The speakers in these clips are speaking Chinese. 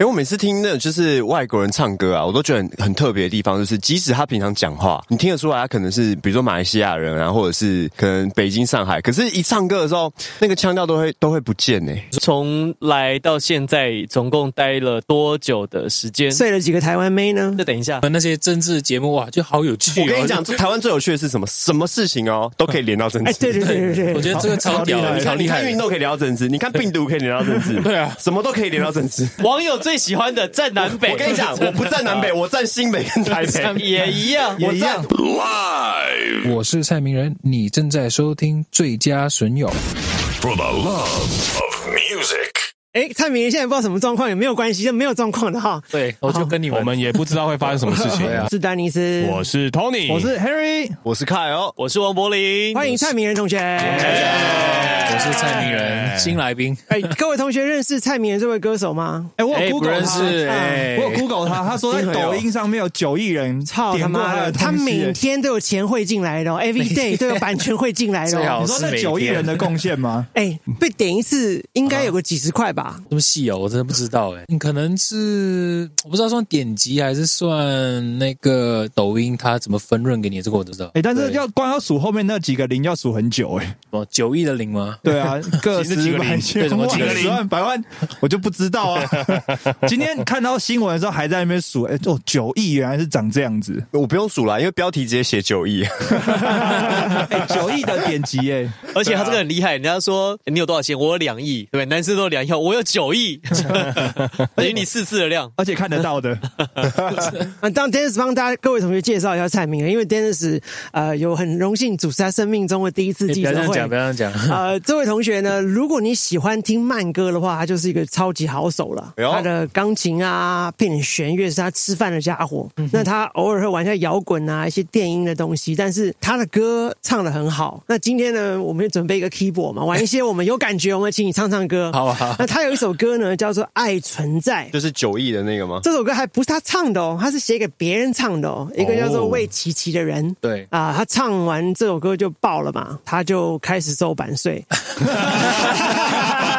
因为我每次听那种就是外国人唱歌啊，我都觉得很很特别的地方，就是即使他平常讲话，你听得出来他可能是比如说马来西亚人啊，或者是可能北京、上海，可是一唱歌的时候，那个腔调都会都会不见欸呢、从来到现在总共待了多久的时间？睡了几个台湾妹 呢？那等一下，那些政治节目哇，就好有趣、哦。我跟你讲，台湾最有趣的是什么？什么事情哦，都可以连到政治。哎哎，对对对对对，我觉得这个超屌你的，看，超哎厉你害看运的。动可以连到政治，你看病毒可以连到政治， 对啊什么都可以连到政 治。网友最喜欢的站南北，我跟你讲，我不站南 北，我站新北跟台北， 也一样。我站。我是蔡明仁，你正在收听最佳损友。 For the love of music. 哎，蔡明现在不知道什么状况，也没有关系，就没有状况的哈。对，啊我哦就跟你我们们也不知道会发生什么事情。是丹尼斯，我是 Tony，我是 Harry，我是凯哦，我是王柏林，欢迎蔡明仁同学。哎我是蔡明仁，新来宾。哎，各位同学认识蔡明仁这位歌手吗？啊哎，我哎有不 Google 认他，识哎我有 Google 他，他说在抖音上面有九亿人操他点过妈他的，的他东西每耶天都有钱汇进来的哦，every day 都有版权汇进来的最好哦。你说是那每九亿天人的贡献 吗？哎，被点一次应该有个几十块吧？这么细哦，我真的不知道哎。你可能是我不知道算点击还是算那个抖音它怎么分润给你，这个我都不知道。哎，但是对要光要数后面那几个零要数很久哎。什么九亿的零吗？对 啊，个几十十个零百对千什么万、几个零十万、百万，我就不知 道啊。今天看到新闻的时候还在那边数，哎，哦，九亿原来是长这 样子，我不用数啦，因为标题直接写九亿。 哎，九亿的点击哎，而且他这个很厉害，人家说你有多少钱？我有两亿，对不对？男生都有两亿，我有九亿，等于你四次的量。而且看得 到的。哎啊，当 Dennis 帮大家各位同学介绍一下蔡明仁，因为 Dennis 呃有很荣幸主持他生命中的第一次哎不记要这者样会讲，。不要这 样 讲。呃，这位同学呢，如果你喜欢听慢歌的话，他就是一个超级好手了。哎呦他的钢琴啊，配点弦乐是他吃饭的家伙。嗯那他偶尔会玩一下摇滚啊，一些电音的东西，但是他的歌唱的很好。那今天呢，我们就准备一个 keyboard 嘛，玩一些我们有感觉，我们请你唱唱歌。 好啊好啊那他有一首歌呢，叫做《爱存在》。就是九亿的那 个吗？这首歌还不是他唱的哦，他是写给别人唱的哦，一个叫做魏琪琪的人。哦对啊、他唱完这首歌就爆了嘛，他就开始收版税。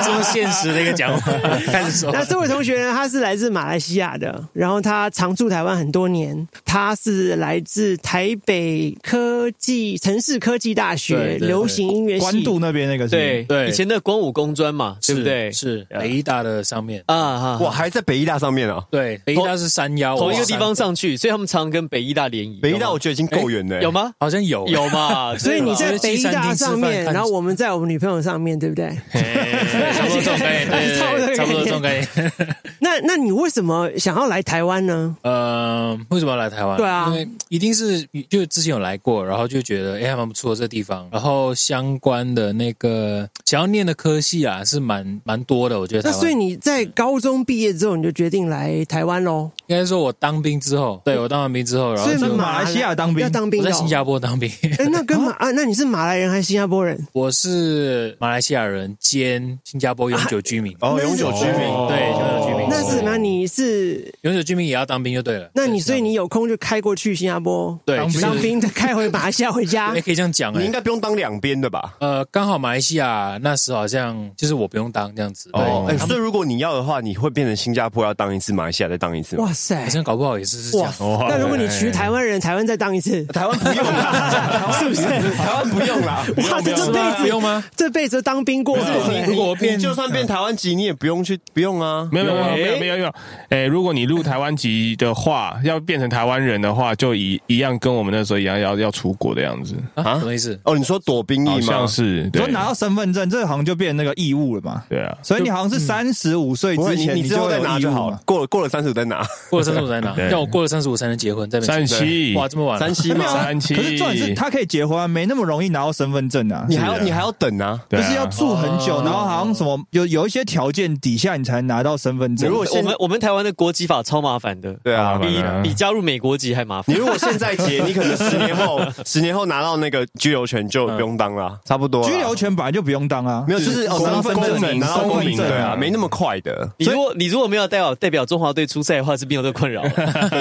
这么现实的一个讲法，开始说。 那这位同学呢，他是来自马来西亚的，然后他常驻台湾很多年，他是来自台北科技城市科技大学对对对流行音乐关系。渡那边那个是对对以前那光武工专嘛，对不对？是北医大的上面，啊啊，哇，哇，还在北医大上面啊！对，北医大是山腰，同一个哇地方，上去，所以他们常跟北医大联谊。北医大有我吗觉得已经够远了、有吗？好像有有 嘛？所以你对在吧北医大上去山面，顶吃饭看然后我们在我们女朋友上面对不对？哎差不多这 种概念，对对对，差不多这种概念。那那你为什么想要来台湾呢？呃，为什么要来台湾？对啊因为一定是就之前有来过，然后就觉得哎、诶还蛮不错这地方，然后相关的那个想要念的科系啊是蛮蛮多的，我觉得台那湾。所以你在高中毕业之后，你就决定来台湾喽？应该说我当兵之后，对我当完兵之后，然后所以就马马来西亚当兵要当兵我的在哦新加坡当兵，哎，那跟马啊，那你是马来人还是新加坡人？我是马来西亚人兼新加坡永久居民。哦，永久居民，对，永久居民。啊那是什么？对你是？永久居民也要当兵就对了。那你对所以你有空就开过去新加坡对就是当兵，再开回马来西亚回家 也。可以这样讲哎、你应该不用当两边的吧？呃，刚好马来西亚那时候好像就是我不用当这样子，对，哦，哎他所们以如果你要的话，你会变成新加坡要当一次，马来西亚再当一次吗？哇塞哎好！像搞不好也是是哎这样。哦哇！那如果你娶台湾人，台湾再当一次，台湾不用啦， 是不是？台湾不用啦。哇！这这是吗辈不子用吗？这辈子都当兵过，你如果我变你就算变台湾籍，你也不用去，不用啊。没有没有没有没有没有，哎、如果你录台湾籍的话，要变成台湾人的话，就一一样跟我们那时候一样要要出国的样子，啊，什么意思？哦，你说躲兵好役像吗？是你对说拿到身份证，这好像就变那个义务了嘛。对啊，所以你好像是嗯三十五岁不会，之你前你之后就再有拿义就务啊好嘛了。。过了过了三十五再拿，过了三十五才拿，对要我过了三十五才能结婚，在那边三结婚七哇，这么晚了三七 嘛没有，啊三七可是重点是他可以结婚啊，没那么容易拿到身份证啊。你还是要啊你还要等啊。对就啊是要住很哦久，然后好像什么有有一些条件底下你才拿到身份证。如果我现们我们台湾的国籍法超麻烦的，对啊麻，烦比啊比加入美国籍还麻你烦。如果现在结，你可能十年后十年后拿到那个居留权就不用当了，差不多啦。居留权本来就不用当啊，啊没有，就是哦，公拿到公身份证民拿到公民身份证对啊，啊没那么快的。你如果你如果没有代表代表中华队出赛的话，是没有这个困 扰的。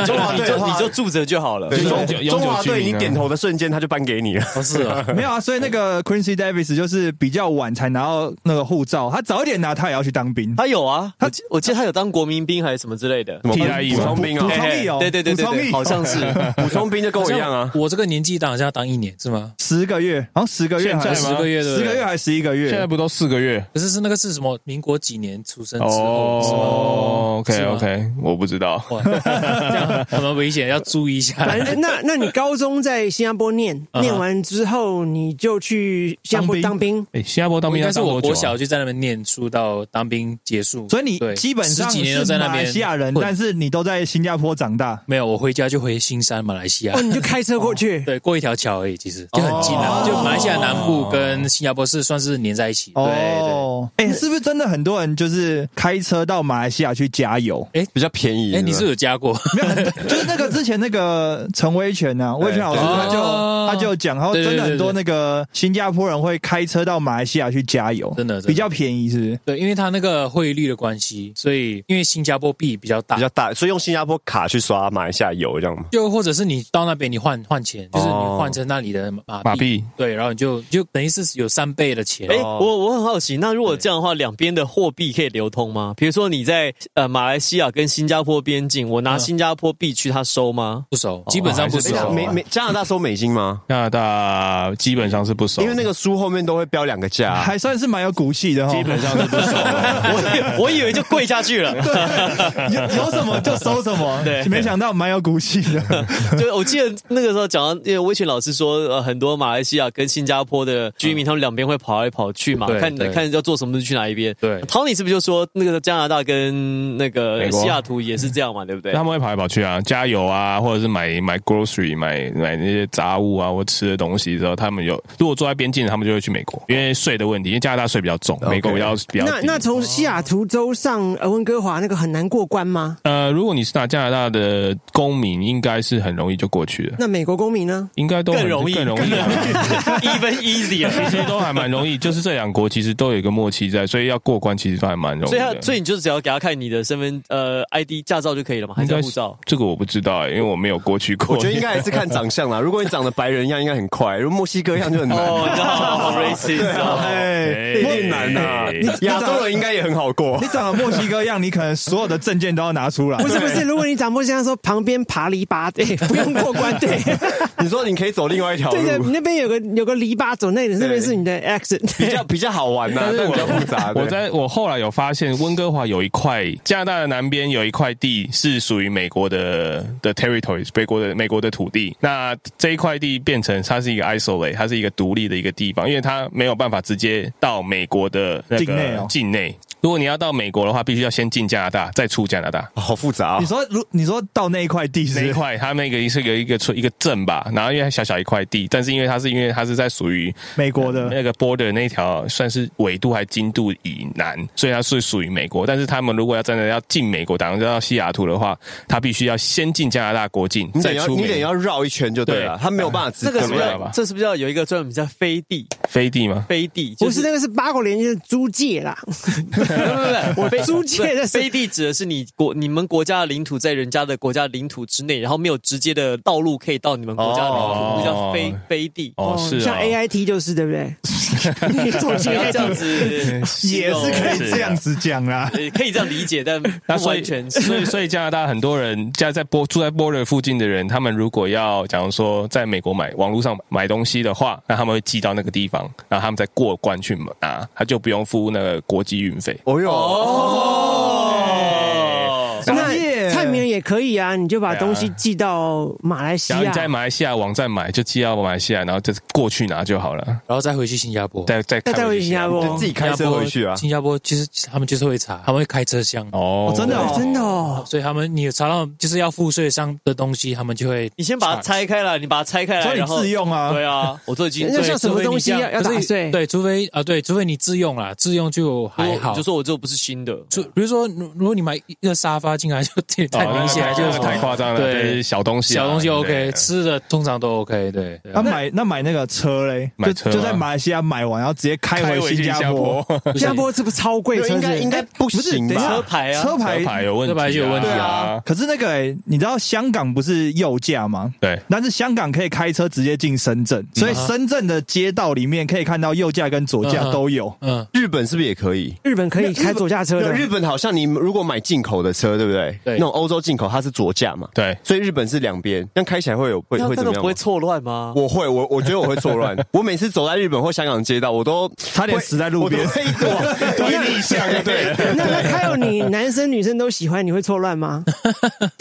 中华队对啊你就你就住着就好了。对，永中久中华队永久居民你啊点头的瞬间，他就颁给你了。哦是 啊，没有啊，所以那 个 Quincy Davis 就是比较晚才拿到那个护照，他早一点拿他也要去当兵。他有啊，我记我记得他有当国民兵兵还是什么之类的。替替代役补吗充兵补哦，充嘿力哦，对对对补充对力对，好 像是。嘿补充兵就跟我一样啊。我这个年纪当好像要当一年是吗？十个月，好像十个月现在还吗是十个月的，十个月。还是十一个月？现在不都四个月？可是是那个是什么？民国几年出生之后是吗哦哦，OK OK，我不知道。哇， 这样很危险，要注意一 下。哎反正那那你高中在新加坡念，嗯哼念完之后你就去新加坡当当兵，哎，新加坡当我兵应要该是当我多久国啊？小就在那边念书到当兵结束，所以你对基本上十几年都是在那马来边西亚人，混但是你都在新加坡长大。没有，我回家就回新山，马来西亚哦，。你就开车过去。对，过一条桥而已，其实就很近啊。哦就马来西亚南部跟新加坡是算是连在一起。对对。哦，哎，是不是真的很多人就是开车到马来西亚去加油？比较便宜。哎，你是不吧是有加过？没有，很 就是那个之前那个陈威权啊，威权老师对他就哦他就讲，然后对对真的很多对那个新加坡人会开车到马来西亚去加油，真的真的比较便宜，是不是？对，因为它那个汇率的关系，所以因为新加坡币比较大比，较大，所以用新加坡卡去刷马来西亚油这样吗？就或者是你到那边你换换钱，就是你哦换成那里的马马币，对，然后你就就等于是有三倍的钱。哎、哦我我很好奇，那如果这样的话，两边的货币可以流通吗？比如说你在呃马来西亚跟新加坡边境，我拿嗯新加坡币去，他 收吗？不熟，基本上不还是熟不。熟美美加拿大收美金吗？加拿大基本上是不熟，因为那个个书后面都会标两个价啊。还算是蛮有骨气的哈，哦基本上是不熟。啊我以我以为就跪下去了。 有有什么就收 什么，对没想到蛮有骨气的。 对，我记得那个时候讲到，因为威权老师说，呃，很多马来西亚跟新加坡的居嗯民，他们两边会跑来跑去嘛，对看对看要做什么就去哪一边。对陶你是不是就说那个加拿大跟那个美国西雅图也是这样嘛，对不对？他们会跑来跑去啊，加油啊，或者是买买 grocery，买买那些杂物啊，或吃的东西之后，他们有如果坐在边境，他们就会去美国，因为税的问题，因为加拿大税比较重，美国比较比较那低。那哦从西雅图州上呃温哥华那个很难过关吗？呃，如果你是拿加拿大的公民，应该是很容易就过去了，那美国公民呢？应该都很更容易更容易啊、 ，even easier。其实都还蛮容易，就是这两国其实都有一个默契在，所以要过关其实都还蛮容易所以他的。，所以你就只要给他看你的身份，呃，ID 驾照就可以了嘛，还应是要该护 照？这个我不知道、欸，因为我没有过去过。我觉得应该还是看长相啦。如果你长得白人样，应该很快；如果墨西哥样就很难。哦，你好好啊 racist 啊哦。 哎，哎一定难呐啊哎，亚洲人应该也很好过你。长得墨西哥样，你可能所有的证件都要拿出来不。是不是，如果你长墨西哥说旁边爬篱笆，对，不用过关，对你说你可以走另外一条对对，路，那边有个有个篱笆走那里，那边是你的 accent。比较比较好玩呐，啊但比较复 杂。我对在我后来有发现，温哥华有一块加拿大的南边有一块地是属于美国的的 territories，美国的美国的土地。那这一块地变成它是一个 isolate，它是一个独立的一个地方，因为它没有办法直接到美国的那个境内哦境内如果你要到美国的话，必须要先进加拿大，再出加拿大。好复杂你哦。说如你说到那一块地那一是块，它那个是有一个村一个镇吧，然后因为它小小一块地，但是因为它是因为它是在属于美国的，那个 border 那条算是纬度还经度以南，所以它是属于美国。但是他们如果要真的要进美国，打算到西雅图的话，他必须要先进加拿大国境，你再得要出你美得国要绕一圈就对了，对他没有办法直这个是不没是有要吧这是不是要有一个专门叫飞地？飞地吗？飞地就 不是那个是八国联军的租界啦， 不不不，我非租 界的是飞地指的是你国你们国家的领土在人家的国家领土之内，然后没有直接的道路可以到你们国家的领土，哦就叫飞飞地。哦，是像啊。 AIT 就是对不对？你总不结要这样 子，也是可以是这样子讲 啦。呃可以这样理解，但那不所完以，全是。所以 所以加拿大很多人家在波住在波尔附近的人，他们如果要假如说在美国买网络上买东西的话，那他们会寄到那个地方，然后他们再过关去拿，他就不用付那个国际运费。哦哟，哦，那蔡明耶，也可以啊，你就把对啊东西寄到马来西然后亚你，在马来西亚网站买，就寄到马来西亚，然后就过去拿就好了。然后再回去新加坡。再再再带回去新啊加坡，就自己开车回去啊。新加坡其实他们就是会查，他们会开车厢，哦真的哦真的哦。所以他们你有查到就是要付税上的东西，他们就会你先把它拆开了，你把它拆开所来，以你然后自用啊对啊，我都已经那对像什么东西要要打可是碎？对，除非啊，对，除非你自用啦，自用就还我好。就说我这不是新的，就比如说，如如果你买一个沙发进来就也太哦那明显那个就是什么太夸张了，对就是小东西啊，小东西对 OK，吃的通常都 OK，对。对那买那买那个车嘞，买就车啊就在吗马来西亚买完，然后直接开开回回新新加加坡坡。，不哦新是加坡是不是超贵车子？哎应该应该不不是，行等一吧下车？牌啊车车牌牌有问题啊，车牌就有问题啊可是那个、欸，你知道香港不是右驾吗？对，啊但是香港可以开车直接进深圳，所以深圳的街道里面可以看到右驾跟左驾都有。嗯，日本是不是也可以？日本可以开左驾车对，的，日本好像你如果买进口的车，对不对？对那种欧洲进口它是左驾嘛，对，所以日本是两边，那开起来会有会那会那怎么种样不吗会？错乱吗？我会，我我觉得我会错乱。我每次走在日本或香港街道，我都差点死在路边我都会一直往对逆向，就对了。那那还有你男生女生都喜欢，你会错乱吗？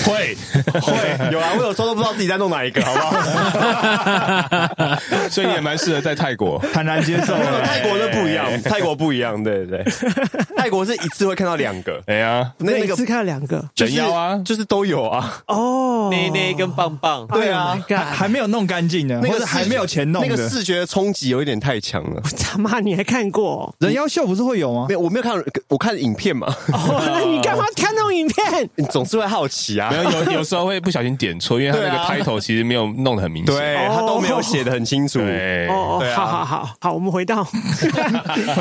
会会有啊，我有时候都不知道自己在弄哪一个，好不好？所以也蛮适合在泰国。坦然接受啊了， 泰国就不一样，泰国不一样，对对对，泰国是一次会看到两个，哎呀，那那一个次看了两个就是人妖啊就是都有啊，哦，捏捏跟棒棒，哦对啊，还还没有弄干净呢，那或个者是还没有钱弄那个的。视觉冲击有一点太强了。他妈你还看过？人妖秀不是会有吗没？有，我没有看，我看影片嘛，哦，那你干嘛看那种影片？你总是会好奇啊没。有有有时候会不小心点错，因为他那对个啊 title 其实没有弄得很明显。对他都没有写的很清楚。对，哦对哦，啊好好好好，我们回到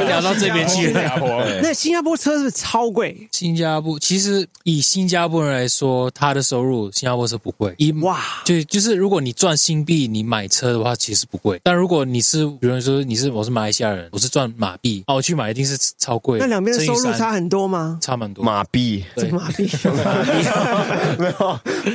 聊到这边去新了。加坡对那新加坡车是不是超贵？新加坡其实以新加坡人来说，他的收入新加坡是不贵。以哇就就是如果你赚新币，你买车的话其实不贵。但如果你是，比如说你是我是马来西亚人，我是赚马币，哦，我去买一定是超贵的。那两边的收乘入以三差很多吗？差蛮多，马币，对马币，没有没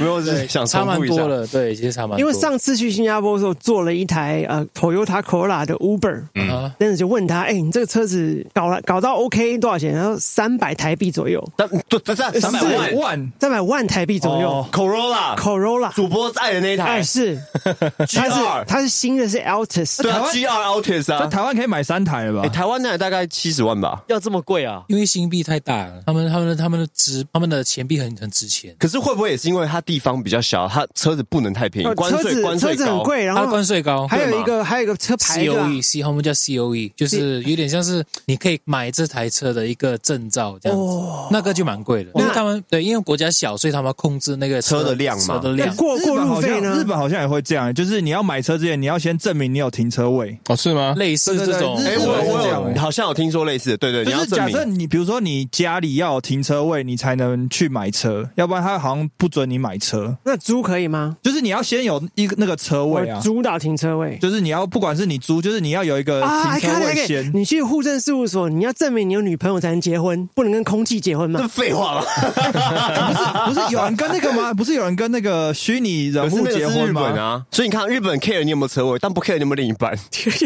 有，我只是想差啊重蛮复一下多。了。对，其实差蛮多。因为上次去新加坡的时候，坐了一台呃 Toyota Corolla 的 Uber，嗯啊，那时就问他，哎、你这个车子搞了搞到 OK 多少钱？然后三百台币左右，但对，但是啊三百是万万三百万台币左右。哦 Corolla Corolla，主播在的那一哎台，是，它是 GR 它是新的，是 Altis，对台啊湾，GR Altis 在啊，台湾可以买三台了哎，吧？台湾那台大概七十万吧。要这么贵啊？因为新币太大了，他们他们的他们的值他们的钱币很很值钱，可是会不会也是因为它地方比较小，它车子不能太便宜，呃关车税子关车税子很高，贵，然它的后关税高，还有一个还有一个车牌的啊 COE C，他们 E，叫 COE，就是有点像是你可以买这台车的一个证照这样子，哦那个就蛮贵的。那因为他们对，因为国家小，所以他们要控制那个车的量嘛车的那量。过日过本路好像费呢日？本好像也会这样，就是你要买车之前，你要先证明你有停车位。哦是吗？类似这种，对哎，对对我日本是这样我哎有好像有听说类似的，对对，你就要是假证设明。你，比如说你家里要有停车位，你才能去买车，要不然他好像不准你买车。那租可以吗？就是你要先有一个那个车我位啊，租到停车位就是你要不管是你租，就是你要有一个啊，停车看位以，先。你去户政事务所，你要证明你有女朋友才能结婚，不能跟空气结婚嘛这？废 话吧，不是有人跟那个吗？不是有人跟那个虚拟人可是物那结个是婚日本吗？啊，所以你看日本 care 你有没有车位，但不 care 你有没有另一半。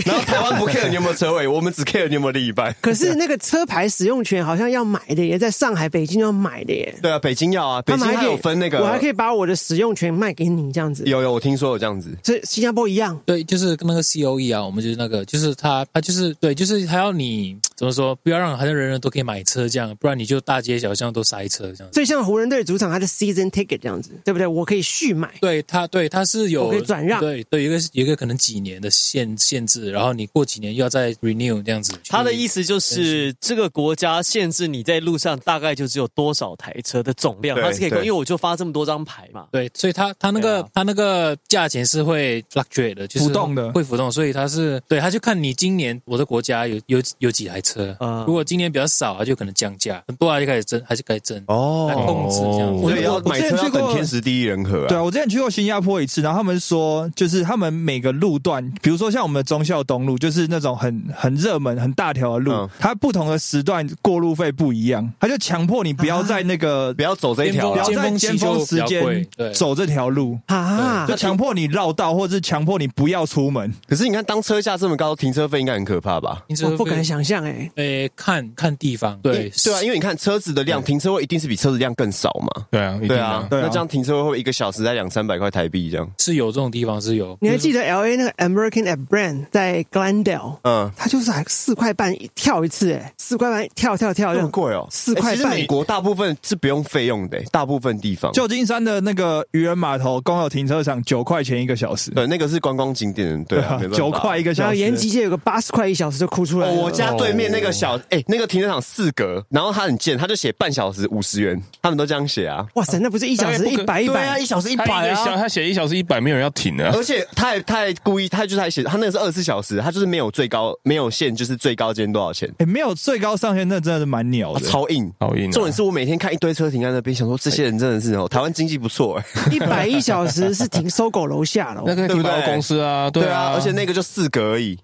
然后台湾不 care 你有没有车位，我们只 care 你有没有另一半。可是那个车牌使用权好像要买的耶，在上海、北京要买的耶。对啊，北京要啊，北他京们还还可以有分那个，我还可以把我的使用权卖给你这样子。有有，我听说有这样子。所以新加坡一样，对，就是那个 COE 啊，我们就是那个，就是他，他就是对，就是他要你怎么说，不要让好像人人都可以买车这样，不然你就大街小巷都塞车这样子。所以像湖人队主场，它的 season ticket 这样子，对不对？我可以续买。对他，对他是有我可以转让对对，有一个有一个可能几年的限限制，然后你过几年又要再 renew 这样子。他的去意思就是，这个国家限制你在路上大概就只有多少台车的总量，对它是可以够，对因为我就发这么多张牌嘛。对，所以它它那对个、啊它那个价钱是会 fluctuate 的，就是浮动的会浮动，所以它是对，它就看你今年我的国家有有有几台车，嗯如果今年比较少，它就可能降价，很多它就开始增，还是开始增，来哦，控制这样。所以要我买之车前要去过等天时地利人和啊。对啊，我之前去过新加坡一次，然后他们说，就是他们每个路段，比如说像我们的忠孝东路，就是那种很很热门、很大条的路，嗯它不同的时段过路费不一样，他就强迫你不嗯要在那个、不要走这一条啊不啦要尖在峰尖期就峰比时较间贵对走这条路。啊就，强迫你绕道，或者是强迫你不要出门。可是你看，当车价这么高，停车费应该很可怕吧？停车我不费敢。想象哎、诶，看看地方，对对啊，因为你看车子的量，停车位一定是比车子量更少嘛。对啊，一定对的啊，对啊那这样停车位会不会一个小时才两三百块台币这样。是有这种地方是有。你还记得 L A 那个 American at Brand 在 Glendale，嗯，它就是还四块半一跳一次哎、四块半跳跳跳，这么贵哦，四块欸其实半美国大部分是不用费用的、欸大部分地方旧金山的那个渔人码头公有停车场九块钱一个小时，对 那个是观光景点，对啊，没办法九块一。个然小后时，延吉街有个八十块一小时就哭出来哦，了。我家对面那个小哎、那个停车场四格，然后他很贱，他就写半小时五十元，他们都这样写啊。哇塞，那不是一小时一百一对啊，百一，小时一他百一个小啊。他写一小时一百，没有人要停的、啊。而且他还他还故意，他就是还写他那个是二十四小时，他就是没有最高没有限，就是最高间多少钱，哎、没有最高上限，那真的是蛮鸟他的。超硬。好硬、啊，重点是我每天看一堆车停在那边，想说这些人真的是哦，台湾经济不错哎、一百一小时是停搜狗楼下哦了那，个对不对公司啊，对啊，而且那个就四格而已，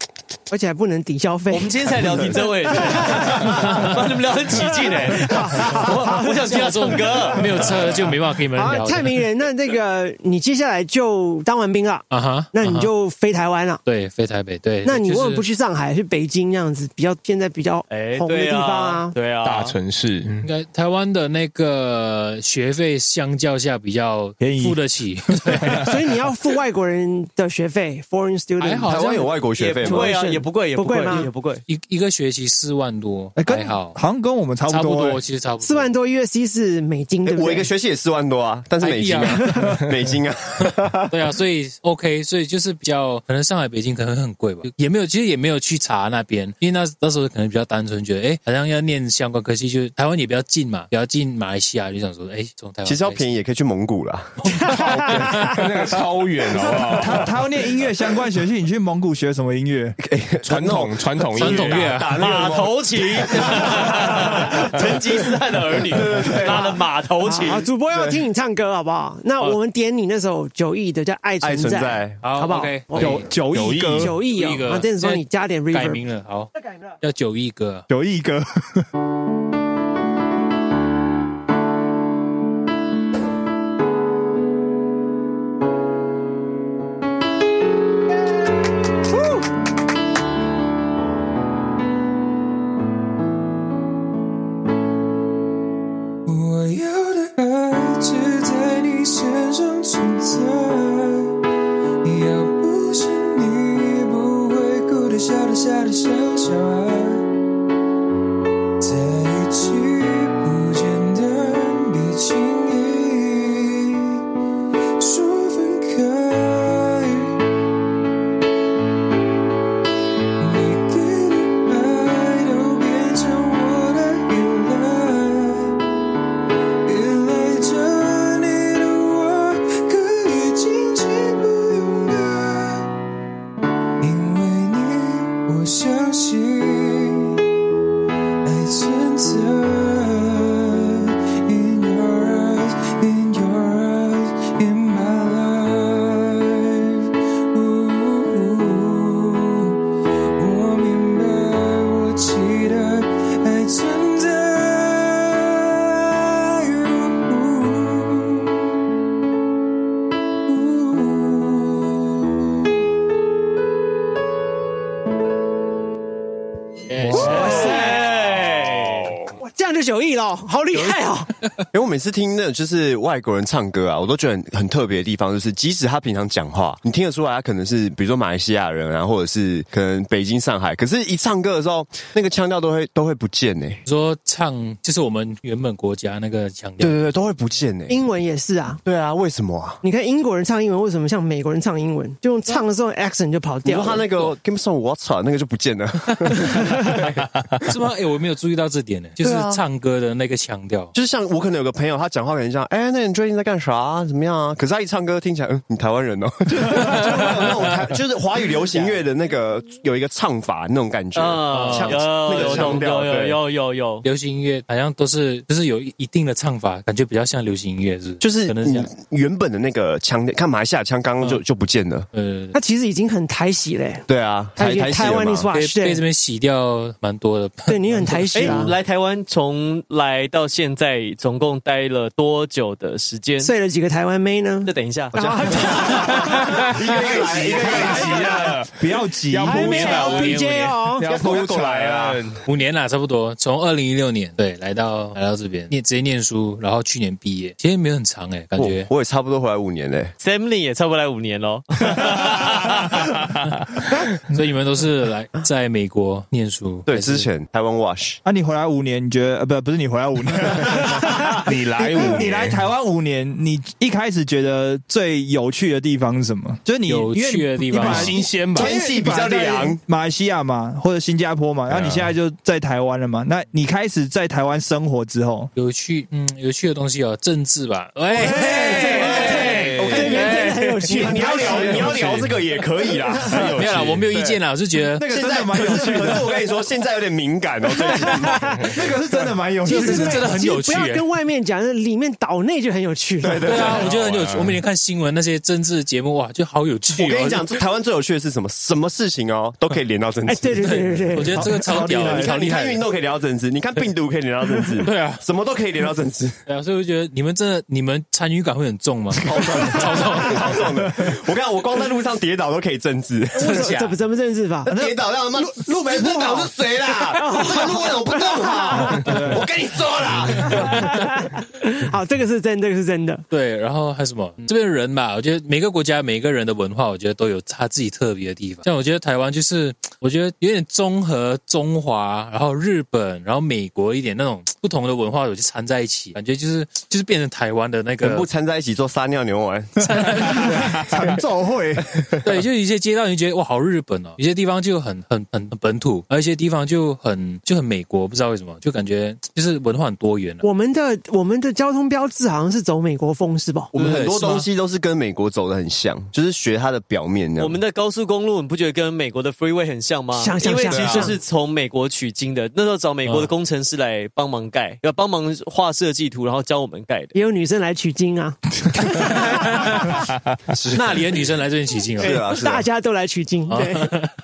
而且还不能抵消费我。们今天才聊停 车位，把你们聊得很起劲哎！我我想听到这首歌，没有车就没办法跟你们好聊啊，的。蔡明仁，那这个你接下来就当完兵了，啊哈，那你啊哈就飞台湾了。对飞台北，对，那你为什么不就是去上海、去北京那样子比较现在比较哎，红的对地方啊啊，？对啊，大城市，应该台湾的那个学费相较下比较便宜付得起， 所以你要付外国人的学费 （foreign 啊还 student）。好台像湾有外国学也费不吗？贵啊，也不贵，也不贵不贵吗也不贵。 一一个学期四万多，还哎、跟好，好像跟我们差差不不多、多，欸其实差不多哎四万多 USD 是美金，哎对不对？我一个学期也四万多啊，但是美金啊，美金啊， 对啊，所以 OK，所以就是比较可能上海、北京可能会很贵吧，也没有，其实也没有去查那边，因为那那时候可能比较单纯，觉得哎、诶好像要念相关科系，就是台湾也比较近嘛，比较近马来西亚，就想说哎，诶从、台湾其实要宜，便宜也可以去蒙古啦。那个超远哦好 不好？他他要念音乐相关学系，你去蒙古学什么音乐？传统传统传音统乐乐啊，马头琴，成吉思汗的儿女拉了马头琴啊好，。好主播要听你唱歌好不好？那我们点你那首九亿的叫《爱爱存存在》，在，好好不好？OK，我九九亿九哥，九亿九亿个哦。我之前说你加点改 reverb，名了，好，叫九亿哥，九亿哥，我要的爱只在你身上存在。要不是你不会哭得笑得傻得像小孩，在一起不简单，别轻易说分开。你给的爱都变成我的依赖，依赖着你的我可以静静不用爱，因为你我相信爱存在。In your eyes, in your eyes, in my life. 我明白，我期待爱存在。哇塞！哇这样就九亿了，好厉害哦！因为我每次听那种就是外国人唱歌啊，我都觉得很很特别的地方，就是即使他平常讲话，你听得出来他可能是比如说马来西亚人啊，或者是可能北京、上海，可是一唱歌的时候，那个腔调都会都会不见呢、欸你说唱就是我们原本国家那个腔调对，对对，都会不见呢、欸英文也是啊，对啊，为什么啊？你看英国人唱英文为什么像美国人唱英文，就用唱的时候 accent 就跑你掉说了？他那个 Give me some water 那个就不见了，是吗？哎，我没有注意到这点呢，就是唱歌的那个腔调。就是像我可能有个朋友，他讲话可能像，哎、那你最近在干啥、怎么样啊？可是他一唱歌听起来，嗯，你台湾人哦，就就会有那种台就是华语流行乐的那个有一个唱法那种感觉，嗯，腔有那有个腔调，有有对有有有，流行音乐好像都是就是有一定的唱法，感觉比较像流行音乐，是不是就是可能是这你样原本的那个腔调，看马来西亚腔刚刚就、就不见了。呃他其实已经很台喜嘞，对啊，他已台经台台湾湾 is 嘛，被 what 被这边洗掉蛮多的。对你很台喜哎啊，，来台湾从来到现在总共待了多久的时间？睡了几个台湾妹呢那？等一下，一个月一个月急了，不要急，要还不没起来我 LBJ 哦，要铺过来啊了。五年啦，差不多，从二零一六年对来到来到这边念直接念书，然后去年毕业，其实没有很长哎、感觉我我也差不多回来五年嘞、 Samly 也差不多来五年喽。 所以你们都是来在美国念书，对，还是之前台湾 Wash 啊，你回来五年，你觉得呃，不，不是你回来五年，你来五 年你来台湾五年，你一开始觉得最有趣的地方是什么？就是你有趣的地方因为你新鲜吧因为天气比较凉，马来西亚嘛，或者新加坡嘛，然后你现在就在台湾了嘛。那你开始在台湾生活之后，有趣，嗯，有趣的东西哦，政治吧，喂、我看这边真的很有你趣，你要聊你要聊这个也可以啦，很有没有啦，趣我没有意见啦，我是觉得那个现真在的蛮有可趣是可是我跟你说，现在有点敏感哦，这个那个是真的蛮有趣这的，个是真的很有其趣、实不欸要。跟外面讲，里面岛内就很有趣了。对对啊，我觉得很有趣。我每天看新闻那些政治节目，哇，就好有趣、哦。我跟你讲，台湾最有趣的是什么？什么事情哦，都可以连到政治。哎，对对对对对，我觉得这个超屌，你好看，你厉看害运。动可以连到政治，你看病毒可以连到政治，对啊，什么都可以连到政治，对啊，所以我觉得你们真的，你们参与感会很重吗？超重，超重。好爽的。我看我光在路上跌倒都可以政治，为什么怎么怎么认识法？跌倒让他妈路没不倒是谁 啦？这个路为什么不弄好？ 我跟你说啦，好，这个是真，这个是真的。对，然后还有什么？嗯这边的人吧，我觉得每个国家每个人的文化，我觉得都有他自己特别的地方。像我觉得台湾就是，我觉得有点综合中华，然后日本，然后美国一点那种不同的文化，我就掺在一起，感觉就是就是变成台湾的那全个部掺在一起做撒尿牛丸，很奏会，对，就有一些街道你就觉得哇好日本哦，有些地方就很很很很本土，而有些地方就很就很美国，不知道为什么，就感觉就是文化很多元啊了、我们的我们的交通标志好像是走美国风是吧？我们很多是吗东西都是跟美国走的很像，就是学它的表面那样。我们的高速公路，你不觉得跟美国的 freeway 很像吗？像像因为像其实就是从美国取经的。那时候找美国的工程师来帮忙盖，要帮忙画设计图，然后教我们盖的。也有女生来取经啊，那里的女生来这边取经是哦，啊，是啊大。家都来取经。对，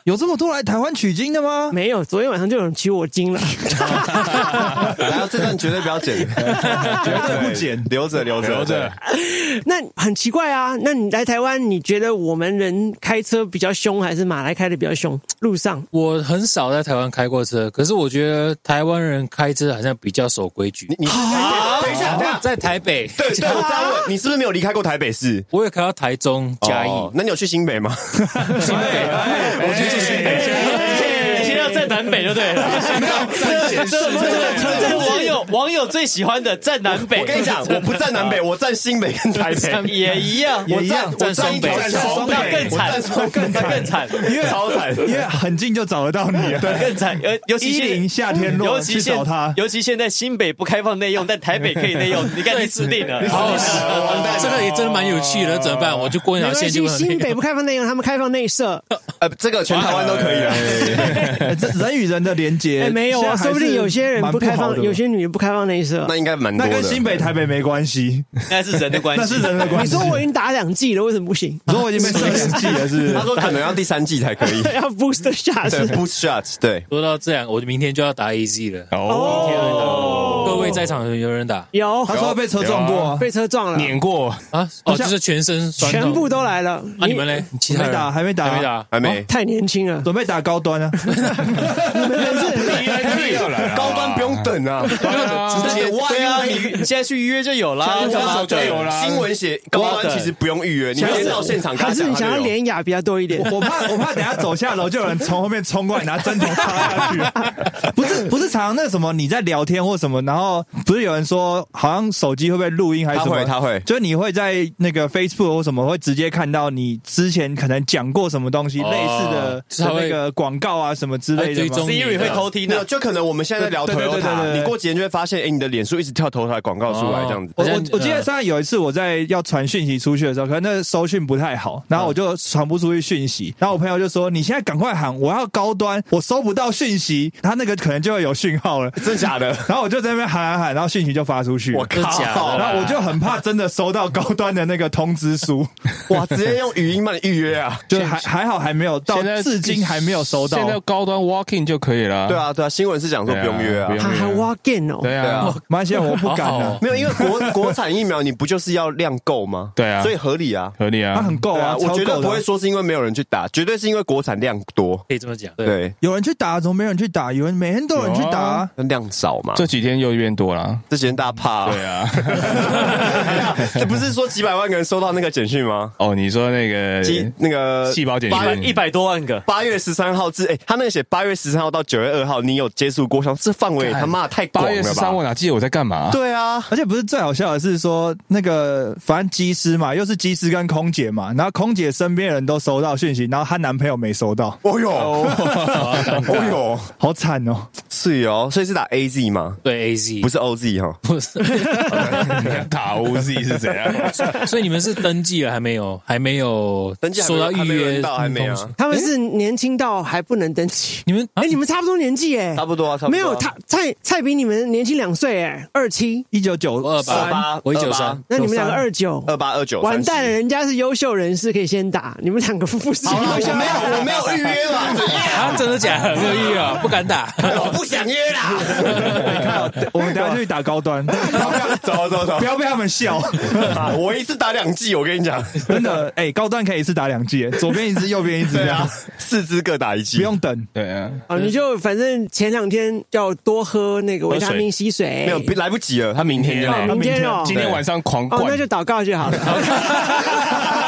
有这么多来台湾取经的吗？没有，昨天晚上就有人取我经了。 然啊后这段绝对不要剪，绝对不剪留着留着留着。那很奇怪啊，那你来台湾，你觉得我们人开车比较凶，还是马来开的比较凶？路上我很少在台湾开过车，可是我觉得台湾人开车好像比较守规矩。你等一下，等一下，在台北，对对，我再问，你是不是没有离开过台北市？我也开到台中、嘉义、哦那你有去新北吗？新北，哎我去住新北。现在要站南北就对了，这这这网友网友最喜欢的站南北，我跟你讲，我不站南北，我站新北跟台北。也一样，我站我站站一条双北桥，那更惨，我站双那北更惨，超惨。因为很近就找得到你了。更惨，呃，尤其 一现嗯零夏天尤落其去现找他，尤其现在新北不开放内用，但台北可以内用，你看你死定了。好完蛋了， 这个也真的蛮有趣的，怎么办？我哦就过一没条关线系，就会很新北不开放内容，他们开放内设。呃，这个全台湾都可以啊。哎这人与人的连接哎，没有啊，呃现在还说不定有些人是蛮不不开好放，的有些女人不开放内设那。应该蛮多那的。跟新北、台北没关系，应该是人的关系，那是人的关你系。说我已经打两季了，为什么不行？你说我已经被摄 影记了，是不是他？说可能要第三季才可以。 要 boost 下对是，push shots，对， 说到这样，我明天就要打 AZ 了。哦，各位在场有人打有他说被车撞过啊，哦被车撞了，碾过，啊？哦，就是全身酸痛全部都来了。啊！你们嘞？其他还没人打还还没打没打。还没。太年轻了，准备打高端啊。你们人是高端不用等啊，直接哇对啊，你你现在去约就有啦，高干嘛端就有啦新闻写高端其实不用预约，你直接到现场跟还他是讲你他就有。想要廉雅比较多一点？我怕我怕等下走下楼就有人从后面冲过来拿针头插下去， 不是不是常常那什么你在聊天或什么，然后不是有人说好像手机会不会录音还是什么？他会他会就是你会在那个 Facebook 或什么会直接看到你之前可能讲过什么东西哦类似的就是他会那个广告啊什么之类的追吗踪你 Siri 会偷听没有，的，就可能我们现在在聊对对对对 Toyota，对对你过几天就会发现，哎，你的脸书一直跳 Toyota 的广告出来，这样子。我好我像我记得上次有一次我在要传讯息出去的时候，可能那收讯不太好，然后我就传不出去讯息，然后我朋友就说：“你现在赶快喊，我要高端，我收不到讯息，他那个可能就会有讯号了。”真假的？ 然后我就在那边喊喊喊，然后讯息就发出去了。我真的假的然啦后我就很怕真的收到高端的那个通知书，哇，直接用语音帮你预约啊！就还还好还没有到，现在至今还没有收到现。在高端 walking 就可以了。对，啊，对啊，新闻是讲说不用约啊对啊不。用他还哇 g a n 哦，对对啊啊，马来西亚我不敢好好了哦，没有，因为国国产疫苗你不就是要量够吗？对啊所以合理啊。合理它啊很，够啊，我超觉得够不会的。说是因为没有人去打，绝对是因为国产量多，可以这么讲，对，对，有人去打，怎么没人去打？有人每天都有人去打啊，那量少嘛。这几天又变多了。这几天大家怕、对啊， 这不是说几百万个人收到那个简讯吗？哦，你说那个几那个细胞简讯八一百多万个，八月十三号至哎、他那个写八月十三号到九月二号，你有接触过想这范围他妈太广八月了十三，我吧？哪记得我在干嘛？对啊，而且不是最好笑的是说，那个反正机师嘛，又是机师跟空姐嘛，然后空姐身边的人都收到讯息，然后她男朋友没收到，哦哟，哦哟，好惨哦！ 是哦，所以是打 A Z 吗？对 A Z 不是 O Z 哈，不是，你看打 OZ 是啊怎样？所以你们是登记了还没有？还没有登记还没收到预还没有约人到还没有？啊，他们是年轻到还不能登记。你们哎、哎你们差不多年纪哎、差不多啊，差不多啊。没有他蔡蔡比你们年轻两岁哎，二七，一九九二二八八，我一二九八三，那你们两个二九，二八二九，完蛋了， 30。人家是优秀人士可以先打，你们两个不是好了，优秀我没有，我没有预约嘛，怎样？啊，真的假的？没有预约啊，不敢 打。我不想约啦。我们等下就去打高端，走啊走走不，要被他们笑，我一次打两季，我跟你讲，真的。哎、高端可以一次打两季，左边一支，右边一支，对这啊样，四支各打一季，不用等。对啊，啊，你就反正前两天要多喝那个维他命 C 水，没有来不及了，他明天哦，嘞明天哦，今天晚上狂哦，那灌就，祷告就好 了。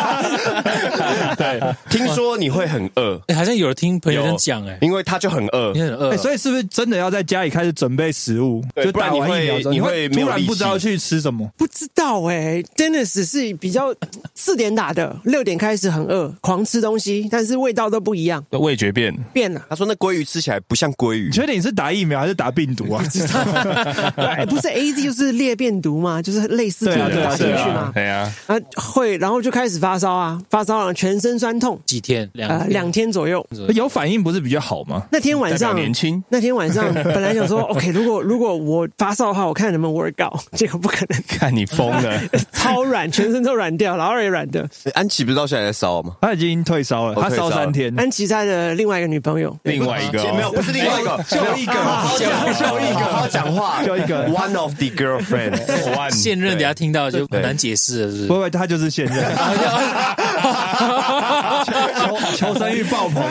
对，听说你会很饿，哎好像有听朋友这样讲，哎，因为他就很饿你。很饿哎、哦，所以是不是真的要在家里开始准备食物？啊对就打完疫苗之不然后，你你会会你会没有突然力气不知道去吃什么？不知道哎、真的只是比较四点打的，六点开始很饿，狂吃东西，但是味道都不一样，味觉变，变了。他说那鲑鱼吃起来不像鲑鱼你，确定你是打疫苗还是打病 毒啊？哎，不是 A Z 就是裂变毒嘛，就是类似这对啊种对打啊进对去啊嘛，，对啊，啊会，然后就开始发烧啊，发烧了全身酸痛，几天两呃，两天左右。有反应不是比较好吗？那天晚代表上年轻，那天晚上本来想说，OK，如果如果我发烧的话，我看能不能 work out，结果不可能，看你疯了，超软，全身都软掉，然后也软的。安琪不是到现在在烧吗？他已经退烧了，哦他退烧烧三天。安琪她的另外一个女朋友，啊另外一个没有，哦不是另外一个，就哎一个，好好讲，就一个，好好讲话，就一个，one of the girlfriend。 万现任，等下听到就对很难解释了，是不不是？会，他就是现任。求求生欲爆棚，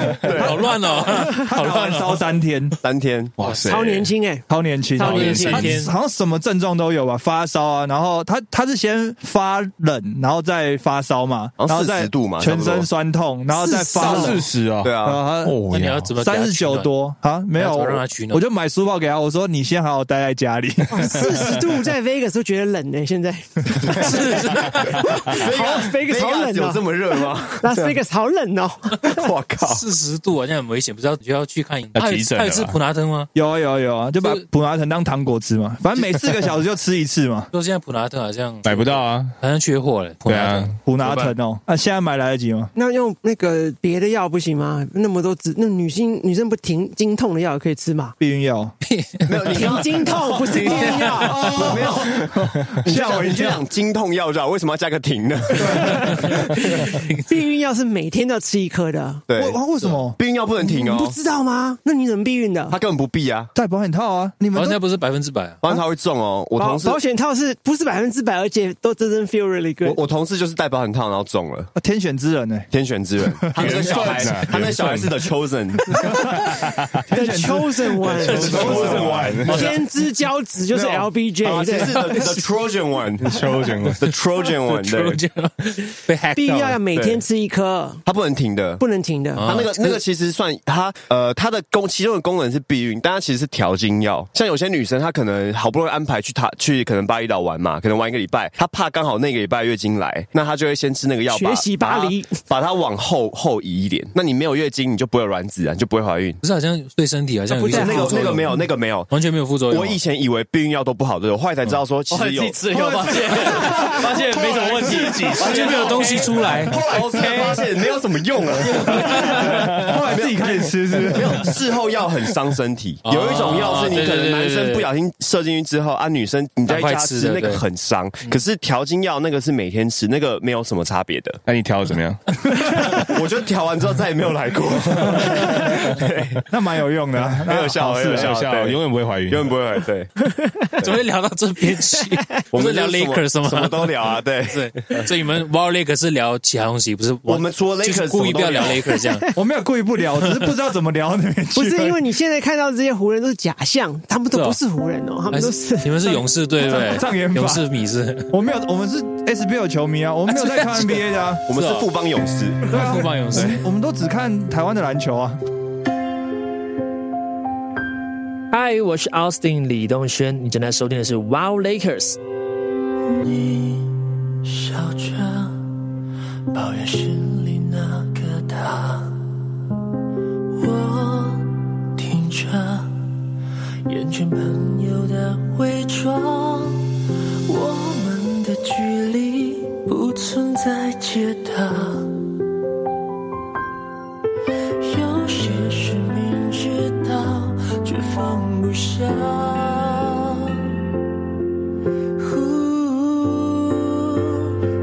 好乱哦， 他好打乱完哦。烧三天， 三天，哇塞，超年轻哎、超年轻，超年轻他好像什么症状都有吧，发烧啊，然后他他是先发冷，然后再发烧嘛，好然像后再40度嘛全差不身多酸痛，然后再发到冷四，十啊，对啊，啊，那你要怎么给他三十取九暖？多啊，没有，你要我怎么让他取暖我就买书包给他，我说你先好好待在家里，四十度在 Vegas 都觉得冷呢、现在是 是，好 Vegas 好 Vegas 冷有这哦、么热吗？ Las Vegas 好冷哦、 我靠！四十度好像很危险，不知道就要去看。要他急有诊他有了吃吧普拿疼吗？有啊有啊有啊，就把就是普拿疼当糖果吃嘛，反正每四个小时就吃一次嘛，说现在普拿疼好像买不到啊，好像缺货了，普对拿啊疼。，普拿疼哦，啊，现在买来得及吗？那用那个别的药不行吗？那么多止，那女性女生不停经痛的药也可以吃嘛？避孕药，停经痛 不是避孕药，没有，吓我一跳！讲经痛药药，为什么要加个停呢？避孕药是每天都要吃一颗的，哎对，啊为为什么？避孕药不能停你不哦，知道吗？那你怎么避孕他的？根本不避啊，戴保险套啊，你们然后都那不是百分 之百啊，不然他会中哦。我保同事保险套是不是百分之百？而且都真正 feel really 我 good。我同事就是戴保险套，然后中了。啊天选之人呢、天选之人，他那个小孩缘分啊，他那个小孩是的 chosen， The chosen one， chosen one 天之骄子就是啊 LBJ，其实是对 the the Trojan one，the children Trojan one，对，就被 hack 避孕药到要了。每天吃一颗，他不能停的。不能停的。他那个那个其实算他呃，他的功其中的功能是避孕，但它其实是调经药。像有些女生，她可能好不容易安排去她去可能巴厘岛玩嘛，可能玩一个礼拜，她怕刚好那个礼拜月经来，那她就会先吃那个药，学把习巴黎，把它把它往后后移一点。那你没有月经，你就不会有卵子啊，你就不会怀孕。不是好像对身体好像有一那些个副作那用个没有，那个没有。完全没有副作用我啊。以前以为避孕药都不好，对不对？我后来才知道说，其我啊实自有己吃了以后发现发现没什么问题，己吃，完全没有东西 出来。后来真的发现没有什么 用啊，后来自己开始吃是不是 没有事后药很伤身 体。有一种药是你可能男生不小心射进去之后啊，女生你在赶家快吃吃的那个对很伤，可是调经药那个是每天吃，那个没有什么差别的。那你调的怎么样？ 我觉得调完之后再也没有来过，那蛮有用的啊， 很有效，好很事有啊效，对 永永远不会怀孕，远不会来。 对，怎么会聊到这边去？ 我们聊就是什么 Lakers 吗？什么都聊啊， 对。对，所以你们 w a l Lakers 是聊其他东西，不是我们除了就是 Lakers 故意不要什么都聊聊 Lakers 这样。我没有故意不聊，只是不知道怎么聊到那边去。不是因为你现在看到这些湖人都是假象，他们都对啊不是湖人哦，他们都是你们是勇士队对不障眼对？法勇士迷是我没有，我们是 SBL 球迷啊，我们没有在看 NBA 的啊，我们是是哦富邦勇士，对啊富邦勇士，我们都只看台湾的篮球啊。嗨，我是 Austin 李栋轩，你正在收听的是 Wow Lakers。你笑着抱怨心里那个他，我听着厌倦朋友的伪装，我们的距离不存在解答，有些事明知道却放不下。呼，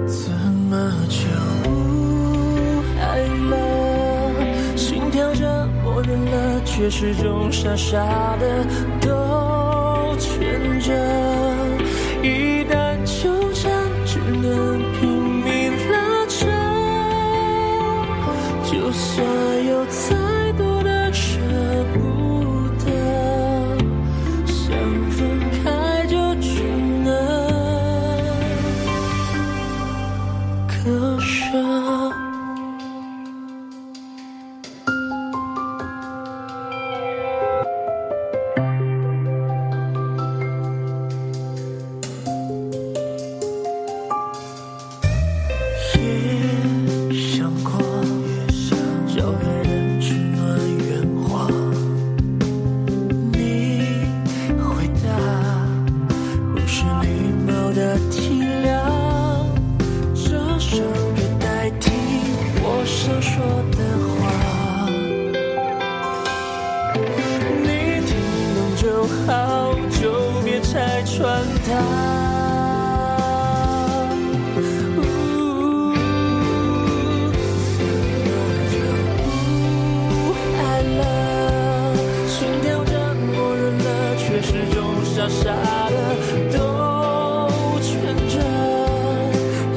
怎么就不爱了？心跳着，默认了，却始终傻傻的兜圈着。一旦纠缠，只能拼命拉扯。就算有再多的舍不得。想分开就只能割舍。也想过，找个人取暖圆谎。你回答不是礼貌的体谅，这首歌代替我想说的话。你听懂就好，就别拆穿它。不爱了，心跳着，默认了，却始终傻傻的兜圈着。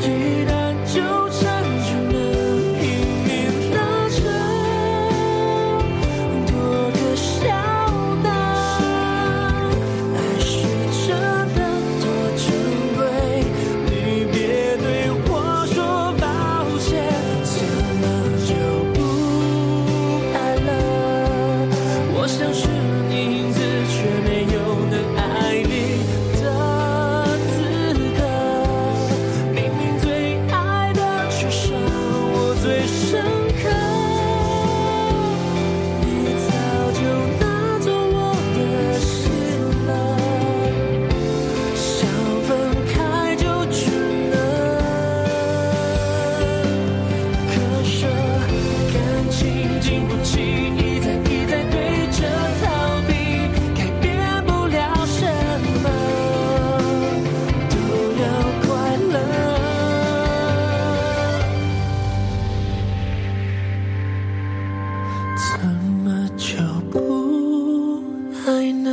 一旦纠缠，只能拼命拉扯，多个笑纳。爱是真的多珍贵，你别对我说抱歉，怎么就不爱了？我像是你影子，却没有能爱你的资格。明明最爱的，却伤我最深刻。你早就拿走我的心了，想分开就只能割舍。感情经不起一再一再对着逃避，改变不了什么，都要快乐。怎么就不爱呢？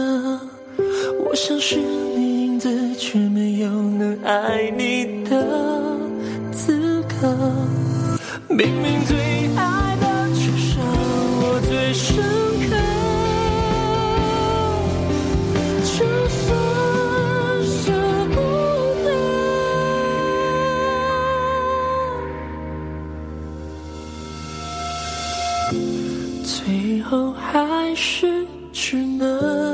我像是你影子，却没有能爱你的资格。明明最爱的，却伤我最深刻。就算舍不得。最后还是只能。